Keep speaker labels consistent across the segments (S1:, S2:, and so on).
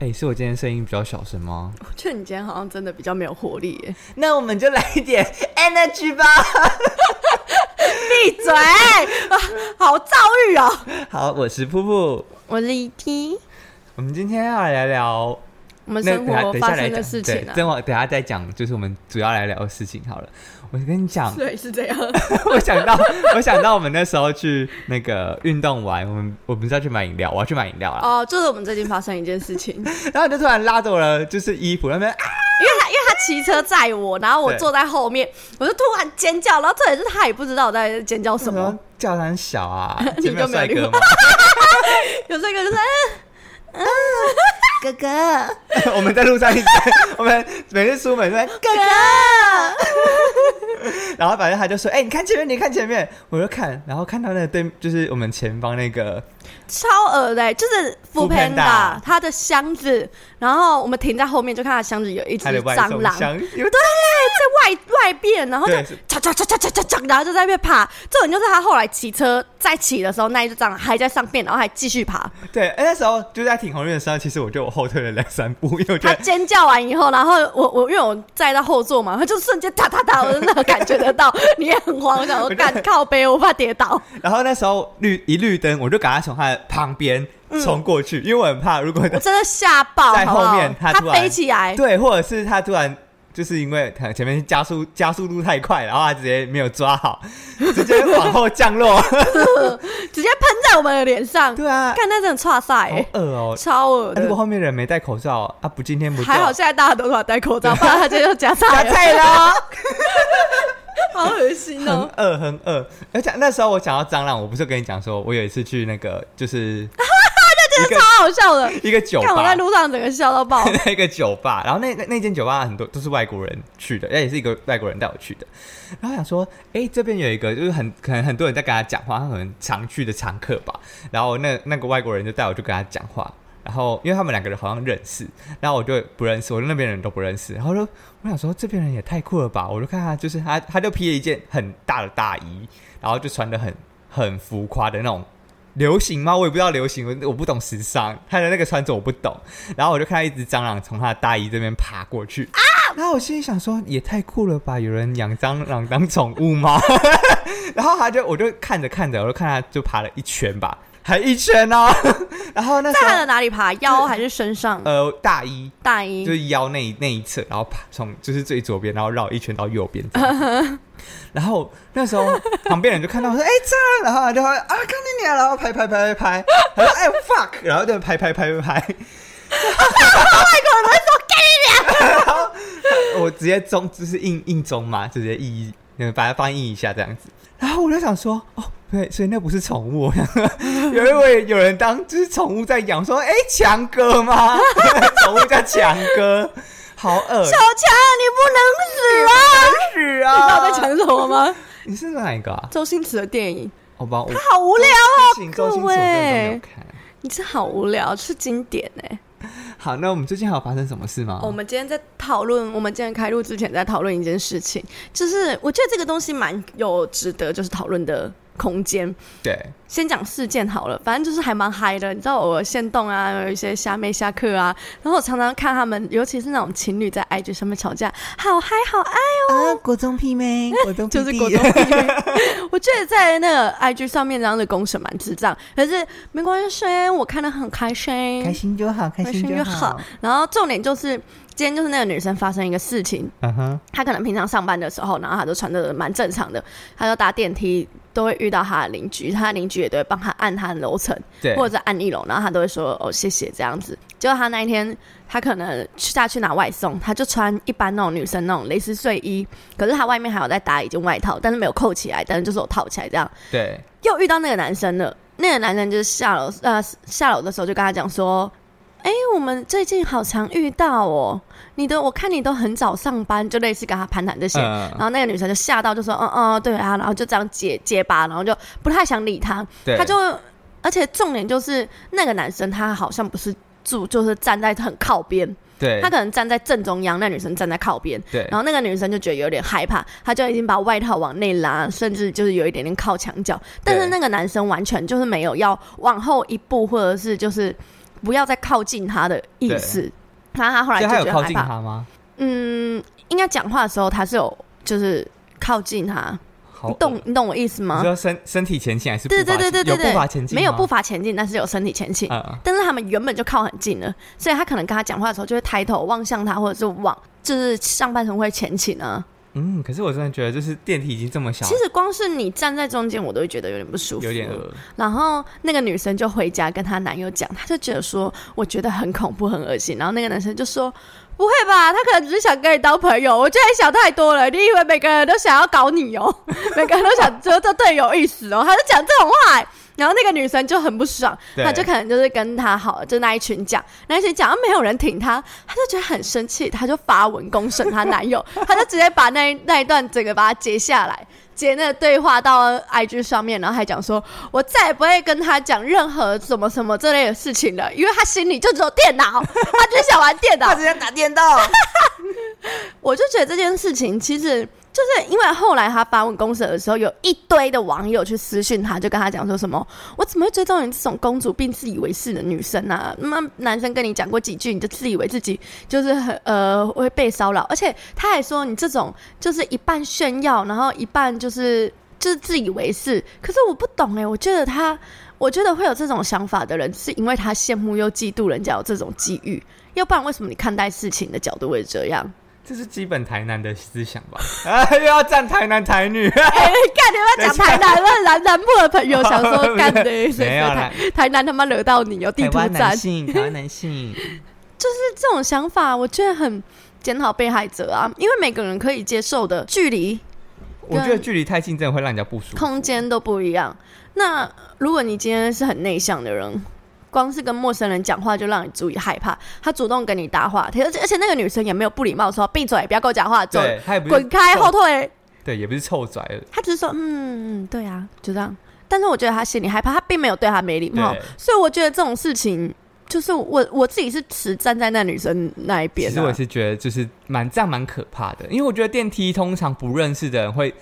S1: 哎、是我今天声音比较小声吗？
S2: 我觉得你今天好像真的比较没有活力耶。
S1: 那我们就来一点 energy 吧。
S2: 闭嘴！啊，好躁郁哦。
S1: 好，我是瀑布，
S2: 我是 ET，
S1: 我们今天要来聊聊
S2: 我们
S1: 那
S2: 生
S1: 等下
S2: 活
S1: 等一
S2: 发
S1: 下来
S2: 生
S1: 讲
S2: 的事情啊
S1: 对，。等我等一下再讲，就是我们主要来聊的事情好了。我跟你讲，
S2: 对，是 这样。
S1: 我想到我想到我们那时候去那个运动完，我们我们是要去买饮料，我要去买饮料啦，
S2: 哦，就是我们最近发生一件事情，因为
S1: 然后就突然拉着我的就是衣服那边啊，
S2: 他因为他骑车载我，然后我
S1: 对坐
S2: 坐在 后面，我就突然尖叫，然后这也是他也不知道我在尖叫什
S1: 嗯
S2: 么。，
S1: 叫他很小啊
S2: 你
S1: 前面有
S2: 就没有
S1: 帅
S2: 理
S1: 哥
S2: 我
S1: 吗？
S2: 有这个就是，哎哥哥，
S1: 我们在路上一直，我们每次出门都在
S2: 哥哥，
S1: 然后反正他就说：“哎、你看前面，你看前面。”我就看，然后看到那个对，就是我们前方那个，
S2: 超恶的欸、就是福
S1: Foodpanda
S2: 平达他的箱子，然后我们停在后面就看他箱子有一只
S1: 他的外
S2: 蟑
S1: 送
S2: 螂，
S1: 箱，因为
S2: 对，在外外边，然后就
S1: 对是
S2: 敲敲敲敲敲敲敲，然后就在那边爬。这种就是他后来骑车再骑的时候，那一只蟑螂还在上面，然后还继续爬。
S1: 对，哎那时候就在挺红绿灯的时候，其实我就后退了两三步，因为我觉
S2: 他
S1: 得
S2: 尖叫完以后，然后我我因为我载到后座嘛，他就瞬间哒哒哒，我真的感觉得到，你也很慌张，我
S1: 我就
S2: 干靠背，我怕跌倒。
S1: 然后那时候绿一绿灯，我就赶快从他的 旁边冲过去，因为我很怕如果
S2: 我真的吓爆，
S1: 在
S2: 好不好
S1: 后面他
S2: 他
S1: 突然
S2: 飞起来，
S1: 对，或者是他突然就是因为他前面加速加速度太快，然后他直接没有抓好，直接往后降 落。
S2: 直接喷在我们的脸上，
S1: 对啊，
S2: 看那真的差赛、
S1: 好
S2: 欸，
S1: 恶哦、
S2: 超恶
S1: 啊如
S2: 的
S1: 果。后面人没戴口罩啊，不今天不
S2: 还好
S1: 做
S2: 现在大家都把戴口罩，不然他今天就夹菜
S1: 夹
S2: 了，
S1: 菜啦。
S2: 好恶心
S1: 很
S2: 哦！
S1: 饿，很饿。而且那时候我讲到蟑螂，我不是跟你讲说，我有一次去那个就是 一个
S2: 超好笑的，
S1: 一个酒
S2: 看我在
S1: 吧，
S2: 路上整个笑 到爆。
S1: 那个酒吧，然后那那那间酒吧很多都是外国人去的，那也是一个外国人带我去的。然后想说，哎、这边有一个就是很可能很多人在跟他讲话，他可能常去的常客吧。然后那那个外国人就带我去跟他讲话。然后，因为他们两个人好像认识，然后我就不认识，我就那边人都不认识。然后就我想说，这边人也太酷了吧！我就看他，就是他，他就披了一件很大的大衣，然后就穿的很很浮夸的那种流行吗？我也不知道流行，我我不懂时尚，他的那个穿着我不懂。然后我就看到一只蟑螂从他的大衣这边爬过去啊！然后我心里想说，也太酷了吧！有人养蟑螂当宠物吗？ 然后他就我就看着看着，我就看他就爬了一圈吧，还一圈哦。 然后那
S2: 在他
S1: 时
S2: 的
S1: 候
S2: 哪里爬？腰还是身上？
S1: 呃大衣
S2: 大
S1: 就
S2: 衣。
S1: 是腰那一那一侧，然后爬从就是最左边，然后绕一圈到右边这样子。然后那时候旁边人就看到我说：“ 哎、蟑螂！”然后他就会啊，看你俩，然后拍拍拍拍拍，然后哎 fuck，然后就拍拍拍拍拍。我直接中就是硬硬中嘛，直接意译，嗯把它翻译一下这样子。然后我就想说，哦，对，所以那不是宠物， 有一位有人当就是宠物在养，说，哎，强哥吗？ 宠物叫强哥，好恶
S2: 小强，你不能死啊！
S1: 是
S2: 你知道我
S1: 啊！
S2: 在讲什么吗？
S1: 你是哪一个啊？
S2: 周星驰的电影，
S1: 好吧，我
S2: 他好欸无聊哦，
S1: 不行，周星驰我真的都没有看。
S2: 你这好无聊，是经典哎、
S1: 好，那我们最近还有发生什么事吗？
S2: 我们今天在讨论，我们今天开录之前在讨论一件事情，就是我觉得这个东西蛮有值得就是讨论的空间。
S1: 对，
S2: 先讲事件好了，反正就是还蛮嗨的。你知道我现动啊，有一些虾妹下课啊，然后我常常看他们，尤其是那种情侣在 IG 上面吵架，好嗨好爱
S1: 啊，国中屁 妹，国中
S2: 就是国中毕业。我觉得在那个 IG 上面这样的公审蛮智障，可是没关系，我看得很开心，
S1: 开心就好，开心
S2: 就
S1: 好。。
S2: 然后重点就是今天就是那个女生发生一个事情，
S1: 嗯哼，
S2: 她可能平常上班的时候，然后她就穿的蛮正常的，她就搭电梯都会遇到她的邻居，她的邻居也都会帮她按她的楼层。
S1: 对，
S2: 或者按一楼，然后他都会说哦谢谢这样子。结果他那一天，他可能去下去拿外送，他就穿一般那种女生那种蕾丝睡衣，可是他外面还有再搭一件外套，但是没有扣起来，但是就是有套起来这样。
S1: 对，
S2: 又遇到那个男生了，那个男生就是下楼呃下楼的时候就跟他讲说，哎、我们最近好常遇到哦，你的我看你都很早上班，就类似跟他攀谈这些。然
S1: 嗯，
S2: 后那个女生就吓到，就说：“嗯嗯，对啊。”然后就这样结结巴，然后就不太想理他。
S1: 对，
S2: 他就，而且重点就是那个男生他好像不是住，就是站在很靠边，
S1: 对，
S2: 他可能站在正中央，那女生站在靠边，
S1: 对
S2: 然后那个女生就觉得有点害怕，她就已经把外套往内拉，甚至就是有一点点靠墙角，但是
S1: 对
S2: 那个男生完全就是没有要往后一步，或者是就是。不要再靠近他的意思。然后他后来
S1: 所以
S2: 就
S1: 他有
S2: 觉得
S1: 靠
S2: 害
S1: 近
S2: 怕。
S1: 他吗？
S2: 嗯，应该讲话的时候他是有就是靠近他，
S1: 好
S2: 你
S1: 恶，
S2: 懂你懂我意思
S1: 你
S2: 吗？
S1: 说身身体前进还是步伐
S2: 对对对对对
S1: 有
S2: 对，
S1: 步伐前进吗？
S2: 没有步伐前进，但是有身体前进。
S1: 嗯，
S2: 但是他们原本就靠很近了，所以他可能跟他讲话的时候就会抬头望向他，或者是往就是上半身会前倾啊。
S1: 嗯，可是我真的觉得，就是电梯已经这么小，
S2: 其实光是你站在中间，我都会觉得有点不舒服，
S1: 有点恶。
S2: 然后那个女生就回家跟她男友讲，她就觉得说，我觉得很恐怖、很恶心。然后那个男生就说，不会吧，他可能只是想跟你当朋友。我觉得你想太多了，你以为每个人都想要搞你哦， 每个人都想觉得对你有意思哦，他就讲这种话、然后那个女生就很不爽，
S1: 对
S2: 她就可能就是跟他好，就那一群讲，那一群讲，啊没有人挺她，她就觉得很生气，她就发文公审她男友，她就直接把那一那一段整个把它截下来，截那个对话到 IG 上面，然后还讲说，我再也不会跟他讲任何什么什么这类的事情了，因为他心里就只有电脑，他就是想玩电脑，
S1: 直接打电动。
S2: 我就觉得这件事情其实就是因为后来他发问公审的时候，有一堆的网友去私讯他，就跟他讲说什么：“我怎么会追踪你这种公主病、自以为是的女生啊？那男生跟你讲过几句，你就自以为自己就是很呃会被骚扰，而且他还说你这种就是一半炫耀，然后一半就是就是自以为是。可是我不懂哎、我觉得他。”我觉得会有这种想法的人，是因为他羡慕又嫉妒人家有这种机遇，要不然为什么你看待事情的角度会这样？
S1: 这是基本台南的思想吧？ 啊，又要站台南台女，
S2: 哎、干你们讲 台南，那南南部的朋友想说干的，谁
S1: 没
S2: 谁
S1: 有啦
S2: 台，台南他妈惹到你哦，地
S1: 台
S2: 图
S1: 湾
S2: 站
S1: 男性，台湾男性，
S2: 这种想法，我觉得很检讨被害者啊，因为每个人可以接受的距离、
S1: 我觉得距离太近真的会让人家不舒服。
S2: 空间都不一样。那如果你今天是很内向的人。光是跟陌生人讲话就让你足以害怕，他主动跟你搭话，而且而且那个女生也没有不礼貌说闭嘴，不要跟我讲话，走，
S1: 对，他也不是
S2: 滚开
S1: 臭
S2: 后，退，
S1: 对，也不是臭拽了，
S2: 他只是说，嗯，嗯对啊，就这样。但是我觉得他心里害怕，他并没有对他没礼貌
S1: 对，
S2: 所以我觉得这种事情，就是我我自己是持站在那女生那一边、
S1: 其实我也
S2: 啊。
S1: 是觉得就是蛮这样蛮可怕的，因为我觉得电梯通常不认识的人会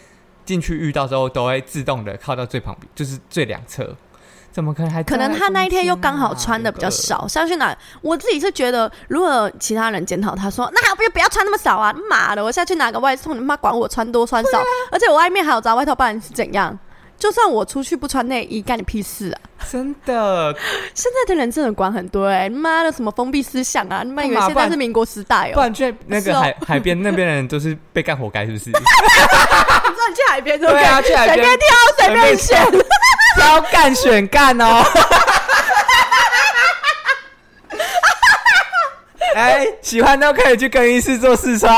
S1: 进去遇到之后都会自动的靠到最旁边，就是最两侧。怎么可能还
S2: 可
S1: 站在中间啊、
S2: 能他那一天又刚好穿的比较少，像去拿我自己是觉得，如果其他人检讨他说，那还不就不要穿那么少啊，妈的，我下去拿个外送，你妈管我穿多穿少，
S1: 啊
S2: 而且我外面还有找外套，不然是怎样？就算我出去不穿内衣，干你屁事啊！
S1: 这个，真的
S2: 现在的人真的管很多哎、妈的什么封闭思想啊！你妈以为
S1: 欸干嘛
S2: 现
S1: 不
S2: 在
S1: 然
S2: 是民国时代哦、
S1: 不然去那
S2: 是
S1: 个
S2: 哦
S1: 海、海边那边的人都是被干活该，是不是？
S2: 你说你去海边对不
S1: 对啊，去海
S2: 随
S1: 边
S2: 便挑，随便选。
S1: 不要干选干 哦。哎，喜欢都可以去更衣室做试穿，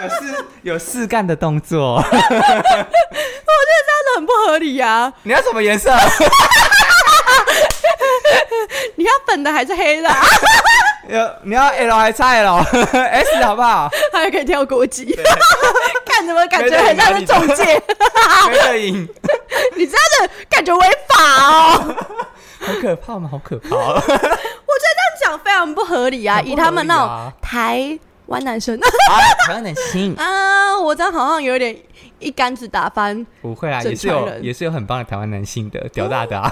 S1: 有试有试干的动作。
S2: 真的很不合理啊！
S1: 你要什么颜色？
S2: 你要粉的还是黑的、啊？
S1: 有你要 L 还是 XL？S 好不好？
S2: 还可以挑国籍， 看怎么感觉很像是中介？
S1: 没得赢，
S2: 你这样子感觉违法哦！我
S1: 好
S2: 觉得
S1: 可怕吗？好可怕哦！
S2: 这样讲非常不合理啊！
S1: 很不合理啊
S2: 以他们那种台湾男生
S1: 啊，台湾人心
S2: 啊，我这样好像有点一竿子打翻。
S1: 不会啦，
S2: 正
S1: 也是
S2: 常
S1: 有
S2: 人
S1: 也是有很棒的台湾男性的，屌大的啊，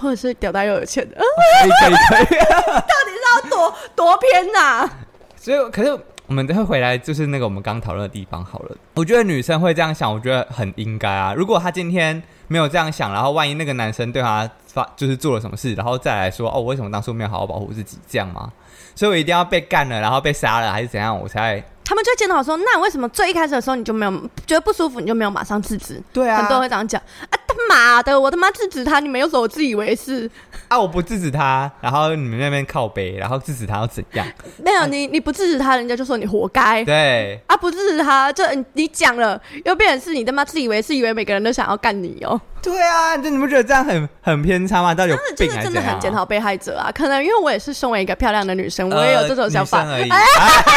S2: 或者是屌大又有钱的，嗯
S1: 可以可以可以。
S2: 到底是要多多偏啊呐、
S1: 所以，可是我们会回来，就是那个我们刚讨论的地方好了。我觉得女生会这样想，我觉得很应该啊。如果她今天没有这样想，然后万一那个男生对她发就是做了什么事，然后再来说哦，我为什么当初没有好好保护自己，这样吗？所以我一定要被干了，然后被杀了，还是怎样，我才
S2: 他们就会检讨说，那为什么最一开始的时候你就没有觉得不舒服，你就没有马上制止？
S1: 对啊
S2: 很多人会这样讲啊，他妈的，我他妈制止他，你们又说我自以为是，
S1: 啊，我不制止他，然后你们那边靠背，然后制止他又怎样？
S2: 没有你你不制止他，人家就说你活该。
S1: 哎对，
S2: 啊！不制止他，就你你讲了，又变成是你他妈自以为是，以为每个人都想要干你哦、
S1: 对啊，就你们觉得这样很很偏差吗？到底有
S2: 这
S1: 病
S2: 个
S1: 还是
S2: 真
S1: 怎
S2: 的
S1: 样
S2: 很
S1: 啊？
S2: 检讨被害者啊！可能因为我也是身为一个漂亮的女生，我也有这种想法。 哎
S1: 呃女生而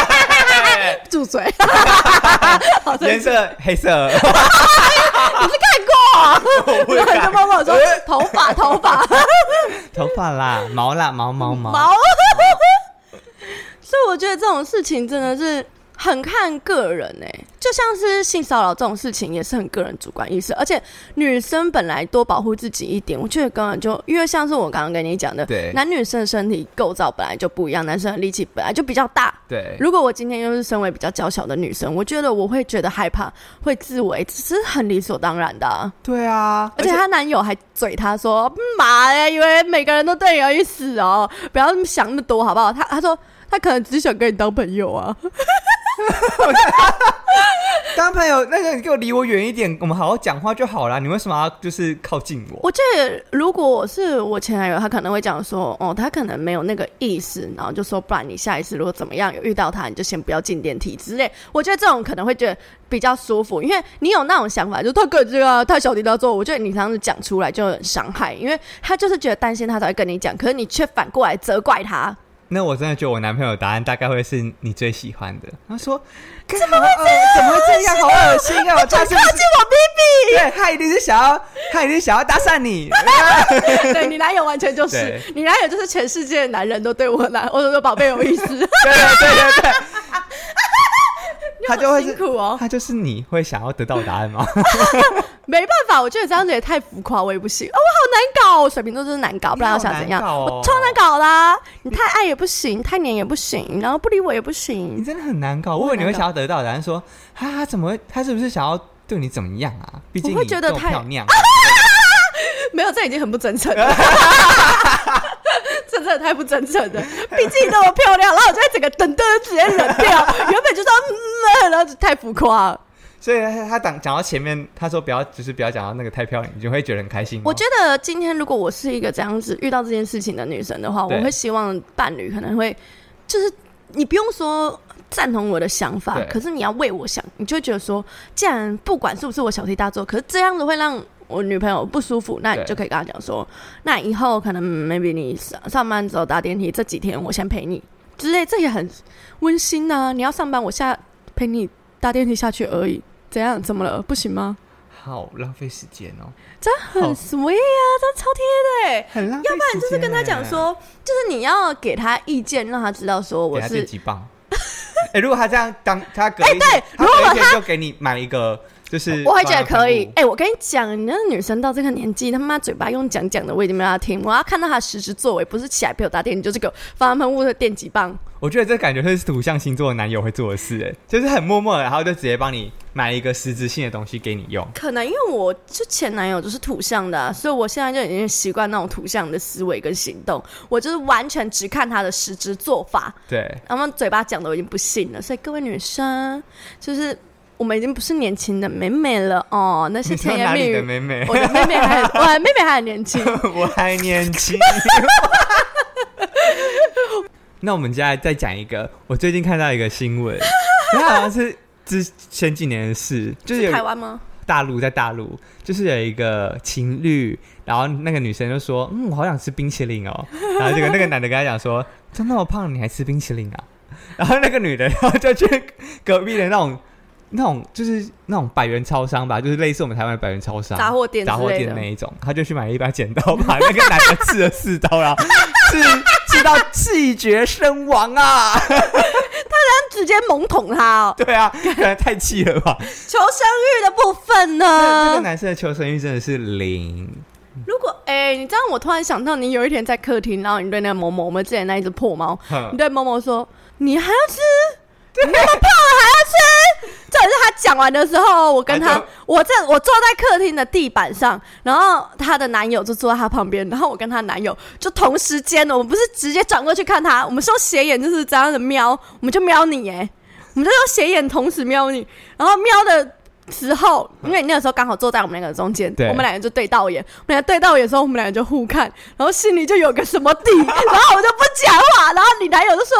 S1: 已。
S2: 住嘴！好生 气
S1: 颜色黑色，
S2: 你是看 过、
S1: 我不
S2: 然 后你就
S1: 敢
S2: 问我说头发头发。
S1: 头发啦， 毛啦，毛毛毛。
S2: 毛。所以我觉得这种事情真的是很看个人哎、就像是性骚扰这种事情，也是很个人主观意识。而且女生本来多保护自己一点，我觉得根本就因为像是我刚刚跟你讲的，
S1: 对
S2: 男女生的身体构造本来就不一样，男生的力气本来就比较大。
S1: 对，
S2: 如果我今天又是身为比较娇小的女生，我觉得我会觉得害怕，会自危，这是很理所当然的啊、
S1: 对啊，
S2: 而且她男友还嘴她说：“嗯妈的，以为每个人都对你有意思哦，不要想那么多，好不好？”他他说他可能只想跟你当朋友啊。
S1: 当朋友，那个你给我离我远一点，我们好好讲话就好啦。你为什么要就是靠近我？
S2: 我觉得如果是我前男友，他可能会讲说：“哦，他可能没有那个意思，然后就说，不然你下一次如果怎么样有遇到他，你就先不要进电梯之类。”我觉得这种可能会觉得比较舒服，因为你有那种想法，就他可这个他小题大做，我觉得你当时讲出来就很伤害，因为他就是觉得担心他才会跟你讲，可是你却反过来责怪他。
S1: 那我真的觉得我男朋友的答案大概会是你最喜欢的。他说：“怎么会这样？怎么会这样？好恶心哦！他是不是
S2: 靠近啊我屁
S1: 对他一定是想要，他一定是想要搭讪你。
S2: 屁！ 对你男友完全就是
S1: 对，
S2: 你男友就是全世界的男人都对我男，我的宝贝有意思，
S1: 对对对对， 他就会
S2: 辛
S1: 是
S2: 苦哦。
S1: 他就是你会想要得到答案吗？
S2: 没办法，我觉得这样子也太浮夸，我也不行啊、我好难搞、哦，水瓶座就是难搞，不然要想怎样？
S1: 你好难搞哦
S2: 我超难搞啦、你太爱也不行，太黏也不行，然后不理我也不
S1: 你
S2: 行。
S1: 真的很难搞。我以为你会想要得到答案，说啊，他怎么会？他是不是想要对你怎么样啊？毕竟
S2: 我会
S1: 你
S2: 觉得
S1: 这么
S2: 太
S1: 漂 亮。
S2: 没有，这已经很不真 诚了。这真的太不真诚了，毕竟你那么漂亮，然后我就会整个噔噔直接冷掉。原本就说嗯，嗯然后就太浮夸了。
S1: 所以他他讲讲到前面，他说不要，就是不要讲到那个太漂亮，你就会觉得很开心吗。哦
S2: 我觉得今天如果我是一个这样子遇到这件事情的女生的话，我
S1: 对
S2: 会希望伴侣可能会就是你不用说赞同我的想法
S1: 对，
S2: 可是你要为我想，你就会觉得说，既然不管是不是我小题大做，可是这样子会让。我女朋友不舒服，那你
S1: 对
S2: 就可以跟她讲说，那以后可能 maybe 你上上班之后搭电梯，这几天我先陪你之类，这也很温馨呐、你要上班，我下陪你搭电梯下去而已，怎样？怎么了？不行吗？
S1: 好浪费时间哦，
S2: 这很
S1: 好
S2: sweet 啊，这超贴的欸
S1: 很浪费。要不
S2: 不然就是跟他讲，说，就是你要给他意见，让他知道说
S1: 给
S2: 我
S1: 他
S2: 是
S1: 电击棒。 哎、如果他这样当，他隔一天，
S2: 哎对
S1: 他
S2: 如
S1: 隔
S2: 果
S1: 一天就给你买一个，就是
S2: 我还觉得可以。
S1: 防狼喷雾
S2: 哎、我跟你讲，你那女生到这个年纪，他妈嘴巴用讲讲的，我已经没让她听。我要看到她实质作为，不是起来陪我打电，你就是给我放喷雾的电击棒。
S1: 我觉得这感觉会是土象星座的男友会做的事、哎，就是很默默的，然后就直接帮你买一个实质性的东西给你用。
S2: 可能因为我就前男友就是土象的啊、所以我现在就已经习惯那种土象的思维跟行动，我就是完全只看他的实质做法，
S1: 对，
S2: 他们嘴巴讲的我已经不信了。所以各位女生，就是我们已经不是年轻的美美了哦，那些
S1: 你说
S2: 甜言
S1: 哪
S2: 蜜
S1: 里
S2: 语
S1: 的。妹妹？
S2: 我的妹妹还，我的妹妹还很年轻。
S1: 我还年轻。 那我们接下来再讲一个，我最近看到一个新闻， 它好像是之前几年的事，就是有
S2: 台湾吗？
S1: 大陆在大陆，就是有一个情侣，然后那个女生就说：“嗯，我好想吃冰淇淋 哦。”然后这个那个男的跟她讲说：“都那么胖，你还吃冰淇淋啊？” 然后那个女的，然后就去隔壁的那种。那种就是那种百元超商吧，就是类似我们台湾的百元超商
S2: 杂货店之类
S1: 杂
S2: 的
S1: 货店那一种，他就去买了一把剪刀，把那个男的刺了四刀，然后 刺刺到气绝身亡啊！
S2: 直接猛捅他哦，
S1: 对啊，可能太气了吧？
S2: 求生欲的部分
S1: 这个
S2: 呢？
S1: 男生的求生欲真的是零，
S2: 如果哎、你知道我突然想到，你有一天在客厅，然后你对那个某某，我们之前那一只破猫，
S1: 哼
S2: 你对某某说：“你还要吃？你那么胖了还要吃？”这也是他讲完的时候，我跟
S1: 哎
S2: 他
S1: 对，
S2: 我这我坐在客厅的地板上，然后她的男友就坐在她旁边，然后我跟她男友就同时间的，我们不是直接转过去看她，我们是用斜眼就是这样的瞄，我们就瞄你哎、我们就用斜眼同时瞄你，然后瞄的。时候，因为你那个时候刚好坐在我们两个中间，
S1: 对
S2: 我们两个就对到眼，我们俩对到眼的时候，我们两个就互看，然后心里就有个什么底，然后我就不讲话，然后你男友就说：“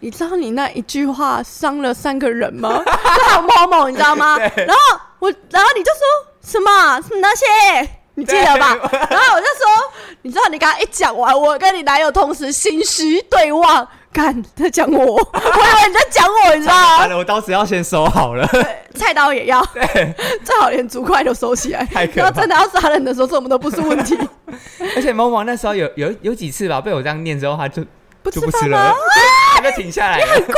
S2: 你知道你那一句话伤了三个人吗？” 这很某某，你知道吗？然后我，然后你就说什么是那些，你记得吧？然后我就说，你知道你刚刚一讲完，我跟你男友同时心虚对望，看在 讲我，我以为你在讲我，你知道
S1: 完
S2: 吗？
S1: 了，我刀子要先收好了。
S2: 菜刀也要， 最好连竹筷都收起来
S1: 太。可怕
S2: 然后真的要杀人的时候，这我们都不是问题。
S1: 而且某某那时候有有有几次吧，被我这样念之后，他就
S2: 不吃
S1: 就不吃啊
S2: 饭
S1: 了，
S2: 吗？
S1: 对他就停下来了，
S2: 笨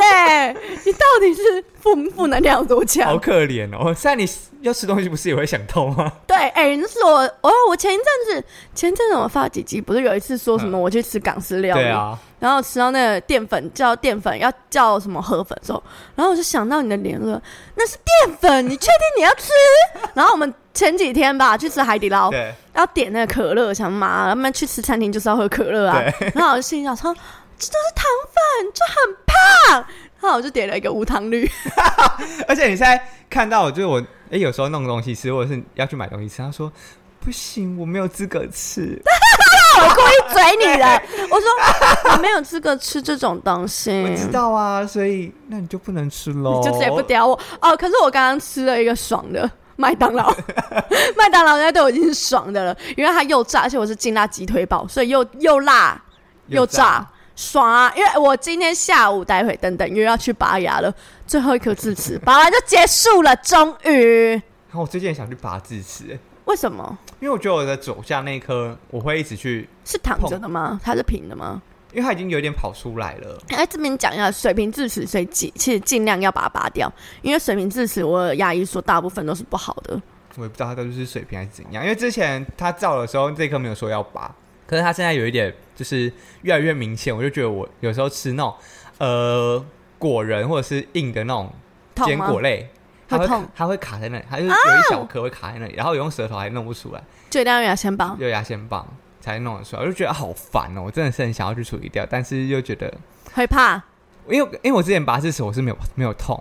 S2: 哎、你到底是负负能量有多
S1: 好
S2: 强？
S1: 可怜哦。现在你要吃东西，不是也会想到吗？
S2: 对，哎、那是我哦，我前一阵子前一阵子我发几集，不是有一次说什么我去吃港式料理，
S1: 嗯对啊，
S2: 然后吃到那个淀粉叫淀粉要叫什么河粉的时候，然后我就想到你的脸了，那是淀粉，你确定你要吃？然后我们前几天吧去吃海底捞，
S1: 对，
S2: 要点那个可乐，想妈，他们去吃餐厅就是要喝可乐啊。然后我就心里想说，这都是糖分，这很胖。然后我就点了一个无糖绿，
S1: 而且你现在看到我，就是我，哎、有时候弄东西吃，或者是要去买东西吃，他说不行，我没有资格吃。
S2: 我故意嘴你的。我说我没有资格吃这种东西，
S1: 我知
S2: 你
S1: 道啊，所以那你就不能吃喽。
S2: 就直接不屌我哦。可是我刚刚吃了一个爽的。麦当劳，麦当劳那对我已经是爽的了，因为它又炸，而且我是劲辣鸡腿堡，所以又又辣又炸，爽啊！因为我今天下午待会等等又要去拔牙了，最后一颗智齿拔完就结束了，终于。
S1: 然后我最近也想去拔智齿，哎
S2: 为什么
S1: 因为我觉得我的左下那一颗我会一直去，
S2: 是躺着的吗？它是平的吗？
S1: 因为它已经有点跑出来了。
S2: 哎，这边讲一下，水平智齿水挤，其实尽量要把它拔掉，因为水平智齿，我的牙医说大部分都是不好的。
S1: 我也不知道它到底是水平还是怎样，因为之前他照的时候，这颗没有说要拔，可是他现在有一点就是越来越明显，我就觉得我有时候吃那种呃果仁或者是硬的那种
S2: 痛
S1: 坚
S2: 吗
S1: 果类，它
S2: 会
S1: 会
S2: 痛
S1: 它会卡在那里，它就是有一小颗会卡在那里，然后我用舌头还弄不出来，
S2: 就一定要用牙线拔。
S1: 用牙线棒才弄得出来，我就觉得好烦哦，我真的是很想要去处理掉，但是又觉得
S2: 会怕
S1: 因为因为我之前拔智齿我是没有没有痛，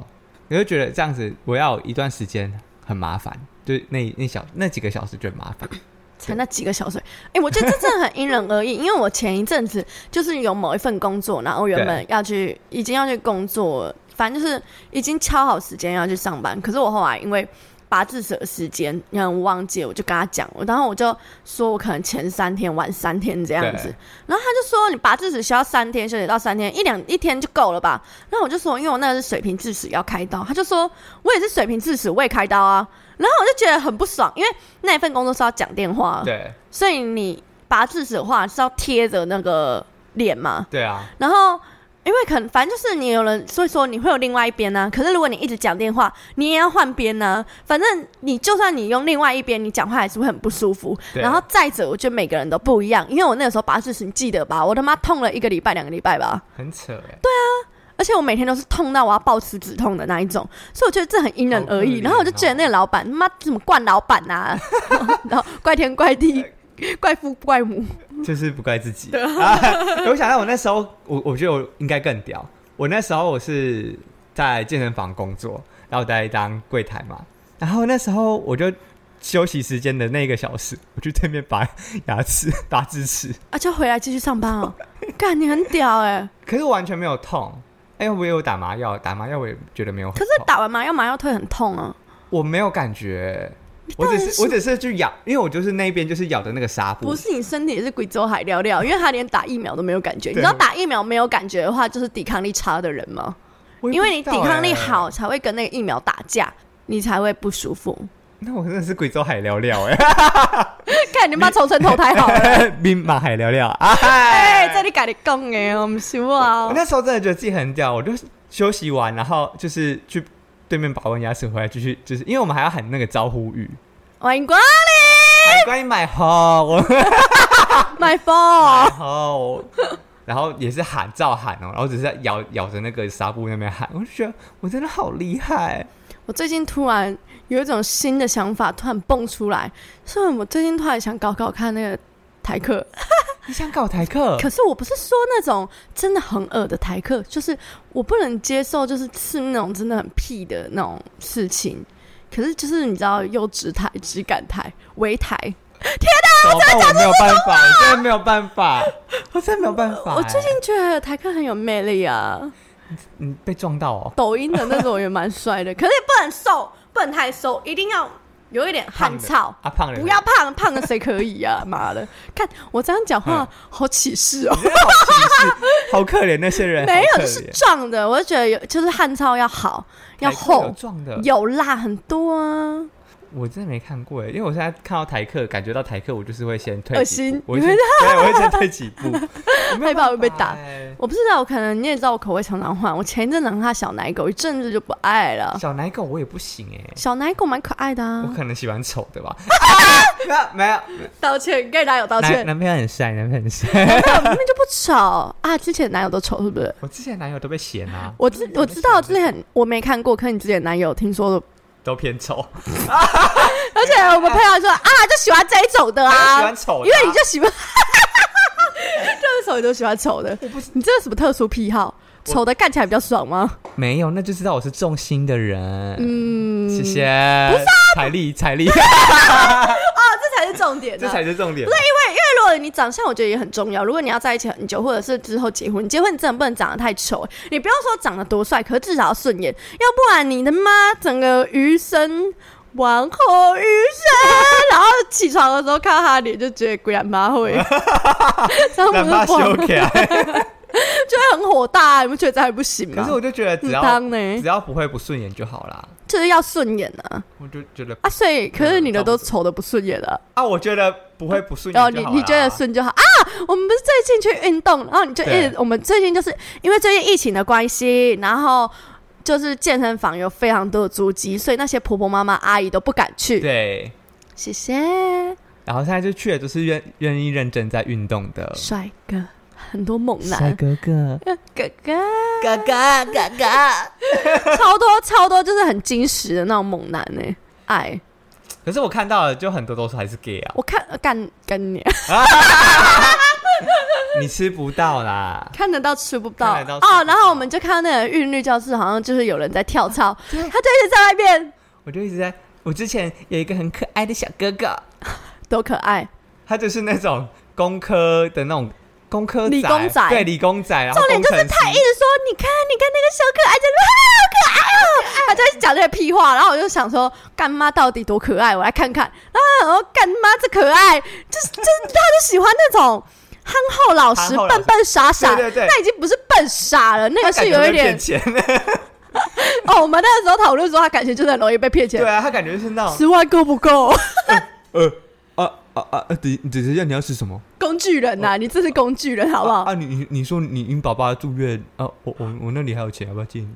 S1: 我就觉得这样子我要有一段时间很麻烦，就是那那小那几个小时就很麻 烦。
S2: 才那几个小时，哎、我觉得这真的很因人而异。因为我前一阵子就是有某一份工作，然后原本要去，已经要去工作，反正就是已经敲好时间要去上班。可是我后来因为拔智齿的时间，然后我忘记了，我就跟他讲，我然后我就说我可能前三天晚三天这样子
S1: 对，
S2: 然后他就说你拔智齿需要三天，休息到三天，一两一天就够了吧？然后我就说，因为我那个是水平智齿要开刀，他就说我也是水平智齿，我也开刀啊。然后我就觉得很不爽，因为那一份工作是要讲电话，
S1: 对
S2: 所以你拔智齿的话是要贴着那个脸嘛，
S1: 对啊，
S2: 然后。因为可能反正就是你有人，所以说你会有另外一边呢、可是如果你一直讲电话，你也要换边呢、反正你就算你用另外一边，你讲话还是会很不舒服。
S1: 对
S2: 然后再者，我觉得每个人都不一样。因为我那个时候拔智齿，你记得吧？我他妈痛了一个礼拜、两个礼拜吧，
S1: 很扯哎、
S2: 而且我每天都是痛到我要暴吃止痛的那一种。所以我觉得这很因人而
S1: 好可
S2: 异。
S1: 怜啊
S2: 然后我就觉得那个老板他妈怎么惯老板啊， 然后怪天怪 地，怪父怪母。
S1: 就是不怪自 己。啊、我想到我那时候，我我觉得我应该更屌。我那时候我是在健身房工作，然后在当柜台嘛，然后那时候我就休息时间的那一个小时，我去对面拔牙齿、 拔智齿，
S2: 啊，就回来继续上班 哦。干，你很屌哎、
S1: 可是我完全没有痛。哎、我也有打麻药，打麻药我也觉得没有很
S2: 可
S1: 痛。
S2: 是打完麻药，麻药退很痛啊。
S1: 我没有感觉，我
S2: 当
S1: 只
S2: 然
S1: 是我只是去咬，因为我就是那边就是咬的那个纱布，
S2: 不是你身体是贵州海聊聊，因为他连打疫苗都没有感觉。你
S1: 对
S2: 知道打疫苗没有感觉的话，就是抵抗力差的人吗？
S1: 我也
S2: 因
S1: 不
S2: 为你
S1: 知
S2: 抵
S1: 道
S2: 抗力
S1: 哎
S2: 好，才会跟那个疫苗打架，你才会不舒服。
S1: 那我真的是贵州海聊聊哎、
S2: 看你妈重生投胎好了。
S1: 兵马海聊聊啊！
S2: 哎、这里改你讲哎，我们希
S1: 我
S2: 望。
S1: 那时候真的觉得自己很屌，我就休息完，然后就是去对面拔完牙齿回来，继续就是因为我们还要喊那个招呼语，
S2: 欢迎光临
S1: 喊关于买吼，我 们
S2: ，My phone。
S1: 吼，然后也是喊照喊哦，然后只是在咬咬着那个纱布那边喊，我就觉得我真的好厉害，
S2: 我最近突然有一种新的想法，突然蹦出来，所以我最近突然想搞搞看那个台客。
S1: 你想搞台客？
S2: 可是我不是说那种真的很恶的台客，就是我不能接受，就是是那种真的很屁的那种事情。可是就是你知道，优质台、质感台、微台，啊
S1: 我真的没有办法，我真的没有办法，啊 我真的没有办法、哎
S2: 我最近觉得台客很有魅力啊。
S1: 你被撞到哦，
S2: 抖音的那种也蛮帅的，可是不能 瘦，不能太瘦，一定要有一点汗
S1: 胖的
S2: 臭。
S1: 啊胖人
S2: 不要胖，胖了谁可以呀、妈的，看我这样讲话
S1: 嗯
S2: 好歧视哦。
S1: 真的好歧视，好可怜那些人，
S2: 没
S1: 好
S2: 有，
S1: 可
S2: 就是
S1: 怜哎
S2: 壮的，我就觉得有，就是汗臭要好，要
S1: 台客有
S2: 厚，
S1: 撞的，
S2: 有辣很多啊。
S1: 我真的没看过哎，因为我现在看到台客，感觉到台客，我就是会先退
S2: 恶
S1: 几
S2: 心
S1: 步，我会先对，我会 先退几步，
S2: 害怕会被打
S1: 我没有办法欸。
S2: 我不知道，我可能你也知道，我口味常常换。我前一阵子很爱小奶狗，一阵子就不爱了。
S1: 小奶狗我也不行哎，
S2: 小奶狗蛮可爱的
S1: 我
S2: 啊，
S1: 可能喜欢丑的吧。啊 没有，没有
S2: 道歉，跟男友道
S1: 男
S2: 歉，
S1: 男朋友很帅，男朋友很帅。
S2: 男朋友明明就不丑啊，之前男友都丑是不是？
S1: 我之前男友都被嫌啊，
S2: 我知我知道之前我没看过，可是你之前男友听说了，
S1: 都偏丑，
S2: 而且 我们朋友说啊，就喜欢这一种的
S1: 我
S2: 啊，
S1: 喜欢丑的啊
S2: 因为你就喜欢， 就是手你都喜欢丑的，你这是什么特殊癖好？
S1: 我
S2: 丑的干起来比较爽 吗？
S1: 没有，那就知道我是重心的人。
S2: 嗯，啊
S1: 谢谢，彩丽，彩丽，
S2: 哦这才是重点、啊，
S1: 这才是重点。
S2: 如果你长相，我觉得也很重要。如果你要在一起很久，或者是之后结婚，你结婚你真的不能长得太丑。你不要说长得多帅，可是至少要顺眼，要不然你的妈整个余生往后余生，然后起床的时候看到他的脸，就觉得鬼然妈 会，然后
S1: 让他
S2: 就
S1: 修
S2: 就
S1: 改。
S2: 会很火大、你们觉得这还不行
S1: 可
S2: 吗
S1: 是？我就觉得只
S2: 很
S1: 要
S2: 啊当呢
S1: 只要不会不顺眼就好啦。
S2: 就是要顺眼啊
S1: 我就觉得
S2: 啊！所以可是你的都
S1: 差不
S2: 丑的不顺眼了、
S1: 啊，我觉得不会不顺
S2: 然后
S1: 眼
S2: 你
S1: 就好
S2: 哦你觉得
S1: 啦
S2: 顺就好啊？我们不是最近去运动，然后你就一直
S1: 对
S2: 我们最近就是因为最近疫情的关系，然后就是健身房有非常多的足迹，所以那些婆婆妈妈阿姨都不敢去。
S1: 对？呃
S2: 谢谢
S1: 然后现在就去的都是愿愿意认真在运动的
S2: 帅哥，很多猛
S1: 帅
S2: 男
S1: 哥 哥。
S2: 哥哥哥哥哥哥，超多超多就是很矜持的那种猛男欸呢、爱
S1: 可是我看到了，就很多都是还是 gay 啊，
S2: 我看干干你
S1: 你吃不到啦。
S2: 看得到吃不到
S1: 看得到吃不
S2: 哦，
S1: 到
S2: 然后我们就看到那个韵律教室好像就是有人在跳操，他就一直在外面
S1: 我就一直在，我之前有一个很可爱的小哥哥，
S2: 多可爱！
S1: 他就是那种工科的那种工科
S2: 理工仔
S1: 对理工仔，然后
S2: 重点就是
S1: 工程师
S2: 他一直说，你看，你看那个小可爱，真的啊好可爱哦、他在讲这些屁话，然后我就想说，干妈到底多可爱？我来看看。啊，然后干妈这可爱，就是就是，他就喜欢那种憨厚老实、
S1: 憨厚老实
S2: 笨笨傻傻。
S1: 对对对
S2: 那已经不是笨傻了，那
S1: 他
S2: 个是
S1: 感觉
S2: 有
S1: 会
S2: 一点
S1: 骗钱，
S2: 哦。我们那个时候讨论说，他感觉就是很容易被骗钱
S1: 对，啊，他感觉是那种
S2: 十万够不够？
S1: 呃啊啊啊，呃等等一下，你要吃什么？
S2: 工具人呐、你这是工具人好不好？
S1: 啊，你你你说你你爸爸住院啊，我我我那里还有钱，要不要 借你？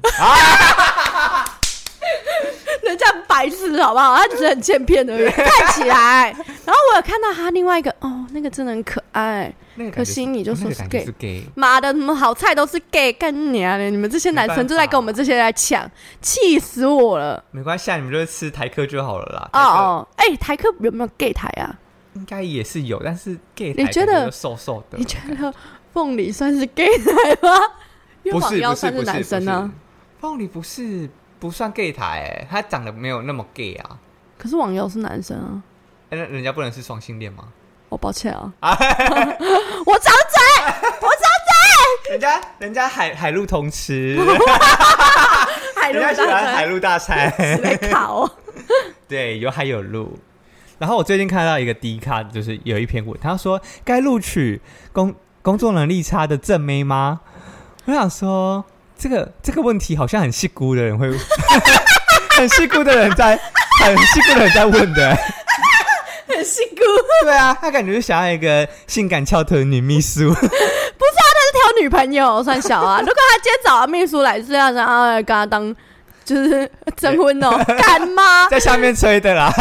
S2: 人家白痴好不好？他只是很欠骗而已，看起来。然后我有看到他另外一个，哦，那个真的很可爱。
S1: 那个感觉
S2: 可惜你就说
S1: 那个
S2: 是
S1: 感
S2: gay
S1: 觉是 gay，
S2: 妈的，什么好菜都是 gay 干娘的！你们这些男生就在跟我们这些人来抢，气死我了！
S1: 没关系，啊，你们就吃台客就好了啦。
S2: 哦
S1: 台客，
S2: 哦，哎、台客有没有 gay 台啊？
S1: 应该也是有，但是 gay
S2: 你
S1: 台
S2: 觉
S1: 感
S2: 得
S1: 就瘦瘦的
S2: 你，觉得凤梨算是 gay 台吗？因为
S1: 不
S2: 网
S1: 是
S2: 妖
S1: 不
S2: 算
S1: 是不是
S2: 男生
S1: 不
S2: 啊
S1: 是，凤梨不是不算 gay 台，哎，他长得没有那么 gay 啊。
S2: 可是网妖是男生啊。
S1: 哎那人家不能是双性恋吗？
S2: 我、抱歉 啊，我长嘴，
S1: 人家人家海海陆通 吃，
S2: 海
S1: 人家
S2: 陆大
S1: 喜欢海
S2: 餐
S1: 陆大餐。
S2: 来考、哦。
S1: 对，有海有路。然后我最近看到一个低咖，就是有一篇文，他说该录取工工作能力差的正妹吗？我想说，这个这个问题好像很细姑的人会， 很细姑的人在，很细姑的人在问的。
S2: 很辛苦。
S1: 对啊，他感觉就想要一个性感翘臀女秘书。
S2: 他女朋友算 小啊。如果他今天找秘书来是要让他跟他当就是征婚哦，干 妈。
S1: 在下面吹的啦，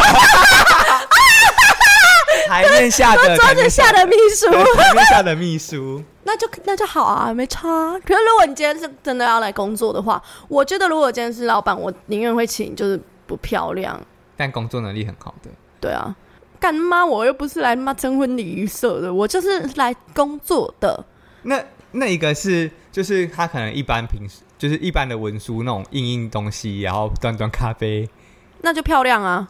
S1: 台面下的
S2: 桌子下的秘书，
S1: 台面下的对台面下的秘书，
S2: 那就那就好啊，没差啊、可是如果你今天是真的要来工作的话，我觉得如果今天是老板，我宁愿会请就是不漂亮，
S1: 但工作能力很好的。
S2: 对啊，干妈我又不是来他妈征婚礼仪社的，我就是来工作的。
S1: 那那一个是就是他可能一般平时就是一般的文书那种印印东西，然后端端咖啡，
S2: 那就漂亮啊，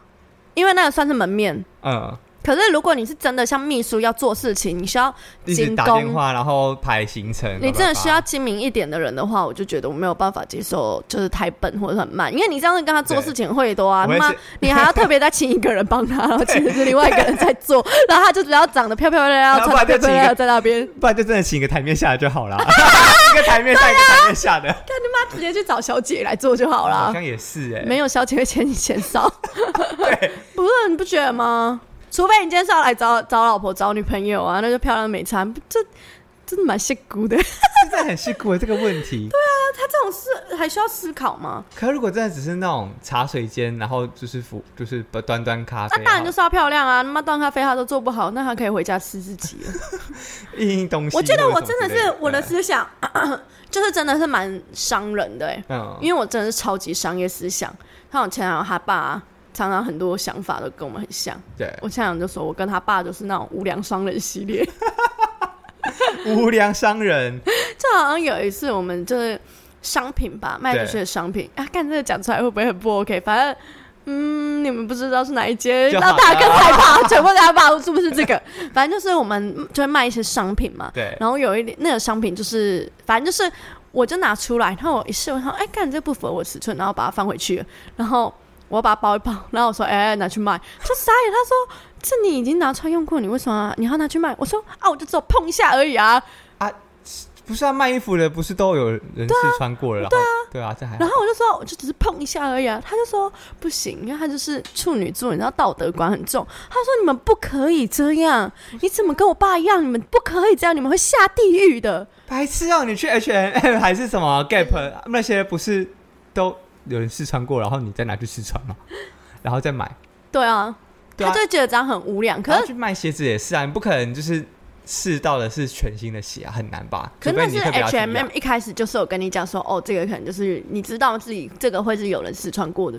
S2: 因为那个算是门面。
S1: 嗯，
S2: 可是如果你是真的像秘书要做事情，你需要
S1: 一直
S2: 精
S1: 打电
S2: 工，
S1: 话，然后排行程，
S2: 你真的需要
S1: 叭叭叭
S2: 精明一点的人的话，我就觉得我没有办法接受，就是太笨或者很慢，因为你这样子跟他做
S1: 对
S2: 事情会多啊，
S1: 我也
S2: 妈
S1: 是，
S2: 你还要特别再请一个人帮 他，然后其实是另外一个人在做，然后他就只要长得漂漂亮 亮，
S1: 然后
S2: 穿得漂
S1: 不然就
S2: 漂
S1: 请一个
S2: 亮亮在那边，
S1: 不然就真的请一个台面下的就 好了，一个台面下一个台面下的，
S2: 干你妈直接去找小姐来做就好
S1: 好
S2: 了，
S1: 像也是哎、
S2: 没有小姐会嫌你嫌少， 不是你不觉得吗？除非你今天是要来找找老婆、找女朋友啊，那就漂亮美差，不这真的蛮邪骨的。
S1: 真的很辛苦欸的这个问题。
S2: 他这种事还需要思考吗？
S1: 可如果真的只是那种茶水间，然后就是服就是端端咖
S2: 那
S1: 啡，
S2: 当然就是是要漂亮啊！他妈端咖啡他都做不好，那他可以回家吃自己了。
S1: 印印东西
S2: 我
S1: 或
S2: 觉
S1: 者什
S2: 得我
S1: 么之
S2: 真
S1: 类。
S2: 的是我的
S1: 嗯
S2: 思想， 就是真的是蛮伤人的、欸，
S1: 嗯，
S2: 因为我真的是超级商业思想。像我前男友他爸、啊常常很多想法都跟我们很像。
S1: 对，
S2: 我前男友就说我跟他爸就是那种无良商人系列。
S1: 无良商人，
S2: 就好像有一次我们就是商品吧，卖出去的商品啊，看这个讲出来会不会很不 OK？反正。嗯，你们不知道是哪一间，
S1: 就
S2: 让
S1: 好
S2: 大家更
S1: 了
S2: 害怕，全部大家怕是不是 这个？反正就是我们嗯就会卖一些商品嘛，
S1: 对
S2: 然后有一点那个商品就是，反正就是我就拿出来，然后我一试，我说哎，干这不符合我尺寸，然后把它放回去，然后我要把它包一包，然后我说哎，拿去卖，就傻眼，他说这你已经拿出来用过，你为什么你还要拿去卖？我说啊，我就只有碰一下而已啊，
S1: 不是啊，卖衣服的不是都有人试穿过了，然后对啊，这还好
S2: 然后我就说，我就只是碰一下而已啊。他就说不行，因为他就是处女座，你知道道德观很重。他说你们不可以这样，你怎么跟我爸一样？你们不可以这样，你们会下地狱的。
S1: 白痴哦、你去 H M 还是什么 Gap 那些不是都有人试穿过，然后你再拿去试穿 吗？然后再买，
S2: 对啊，
S1: 对啊
S2: 他就觉得这样很无良。可
S1: 然后
S2: 是
S1: 去卖鞋子也是啊，你不可能就是试到的是全新的鞋啊，很难吧？
S2: 可是
S1: 除非
S2: 那
S1: 你
S2: 是
S1: 特
S2: H&M，
S1: 别要
S2: H
S1: 去
S2: M
S1: 要
S2: M 一开始就是有跟你讲说，哦，这个可能就是你知道自己这个会是有人试穿过的。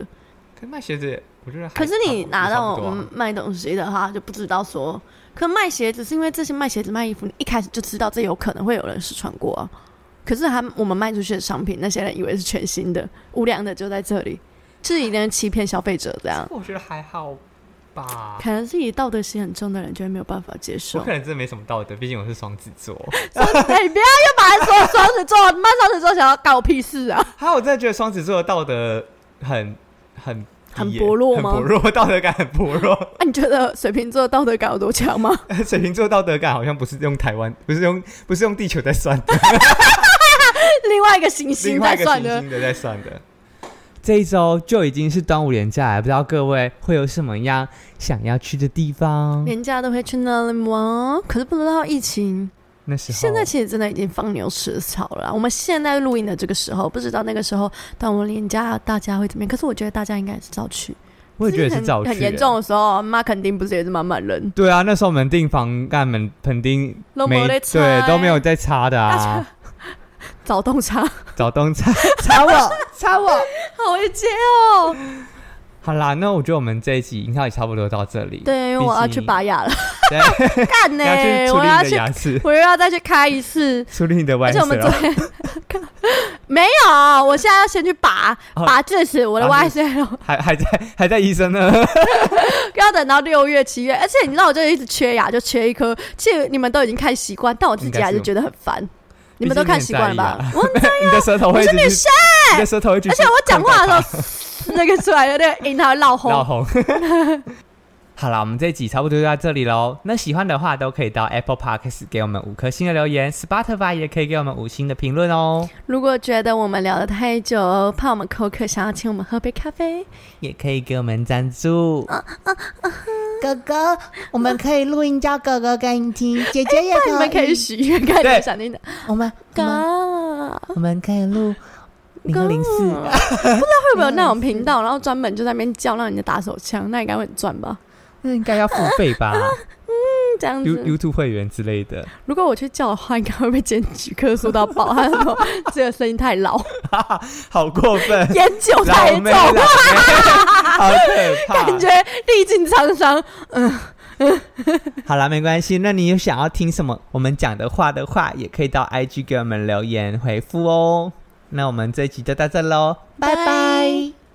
S1: 可卖鞋子，我觉得还
S2: 可是你拿到嗯
S1: 差不
S2: 我
S1: 多啊
S2: 们卖东西的话，就不知道说，可卖鞋子是因为这些卖鞋子卖衣服，你一开始就知道这有可能会有人试穿过啊。可是他我们卖出去的商品，那些人以为是全新的，无良的就在这里，就是一定欺骗消费者这样。
S1: 我觉得还好吧。
S2: 可能自己道德心很重的人就会没有办法接
S1: 我
S2: 受
S1: 可。能真的没什么道德，毕竟我是双子座。
S2: 所以 哎，你不要又把他说双子座，他妈双子座想要干我屁事啊！
S1: 还有，我真的觉得双子座的道德很很
S2: 很
S1: 低耶
S2: 薄弱吗
S1: 很薄弱， 道德感很薄弱。
S2: 那、啊你觉得水瓶座的道德感有多强吗？
S1: 水瓶座道德感好像不是用台湾，不是用不是用地球在算的，
S2: 另外一个行
S1: 另
S2: 星
S1: 外
S2: 在
S1: 一个
S2: 算
S1: 行
S2: 的，
S1: 星的在算的。 这一周就已经是端午连假了，不知道各位会有什么样想要去的地方？
S2: 人家都会去那里吗？可是不知道疫情
S1: 那时候
S2: 现在其实真的已经放牛吃草了啊啦。我们现在录音的这个时候，不知道那个时候端午连假大家会怎么样。可是我觉得大家应该也是早去，
S1: 我也觉得
S2: 之
S1: 是
S2: 前
S1: 早去
S2: 很严
S1: 了
S2: 重的时候，妈肯定不是也是满满人，
S1: 对啊，那时候我们订房干们肯定
S2: 都没
S1: 没
S2: 在猜
S1: 对都没有在擦的 啊，
S2: 早动差，
S1: 找东擦擦我擦我。
S2: 好会接哦。
S1: 好啦，那我觉得我们这一集应该也差不多到这里。
S2: 对，因为
S1: 毕
S2: 我要
S1: 竟
S2: 去拔牙了，
S1: 对
S2: 干呢、
S1: 要去处
S2: 我
S1: 理
S2: 要
S1: 你的
S2: 去，
S1: 牙 齿，
S2: 我又要再去开一次。
S1: 处理你的
S2: 而
S1: 外
S2: 且我们昨
S1: 齿。啊
S2: 天 没有，我现在要先去拔
S1: 哦
S2: 拔智齿，我的
S1: 拔
S2: YSL
S1: 还还在还在医生呢，
S2: 啊要等到六月、七月，而且你知道，我就一直缺牙，就缺一颗。其实你们都已经看习惯，但我自己还是觉得很烦。你们都看习惯了吧？我
S1: 你的舌头会
S2: 我
S1: 一
S2: 是
S1: 直
S2: 女
S1: 去
S2: 生，
S1: 你的舌头会去，
S2: 而且我讲话的时 候，那个出来的那个音它会闹
S1: 老
S2: 红。
S1: 红。 好啦，我们这一集差不多就到这里喽。那喜欢的话，都可以到 Apple Podcast 给我们五颗星的留言，Spotify 也可以给我们五星的评论哦。
S2: 如果觉得我们聊得太久，怕我们口渴，想要请我们喝杯咖啡，
S1: 也可以给我们赞助。
S3: 哥哥，我们可以录音叫哥哥给你听，姐姐也
S2: 那你
S3: 可
S2: 们可以许愿，看你们想听的。
S3: 我们我们
S1: 啊
S2: 嘎，
S3: 我们可以录零二零四，
S2: 不知道会不会有 那种频道，然后专门就在那边叫，让人家打手枪，那应该会很赚吧？
S1: 那应该要付费 吧
S2: 嗯这样
S1: ？You
S2: 子。
S1: YouTube 会员之类的。
S2: 如果我去叫的话，应该会被检举，客诉到爆。他说这个声音太老，，
S1: 好过分
S2: 烟酒太
S1: 老
S2: 重
S1: 妹，老妹， 好可
S2: 感觉
S1: 怕。
S2: 历尽沧桑。
S1: 好啦，没关系。那你有想要听什么我们讲的话的话，也可以到 IG 给我们留言回复哦。那我们这一集就到这喽，
S3: 拜拜。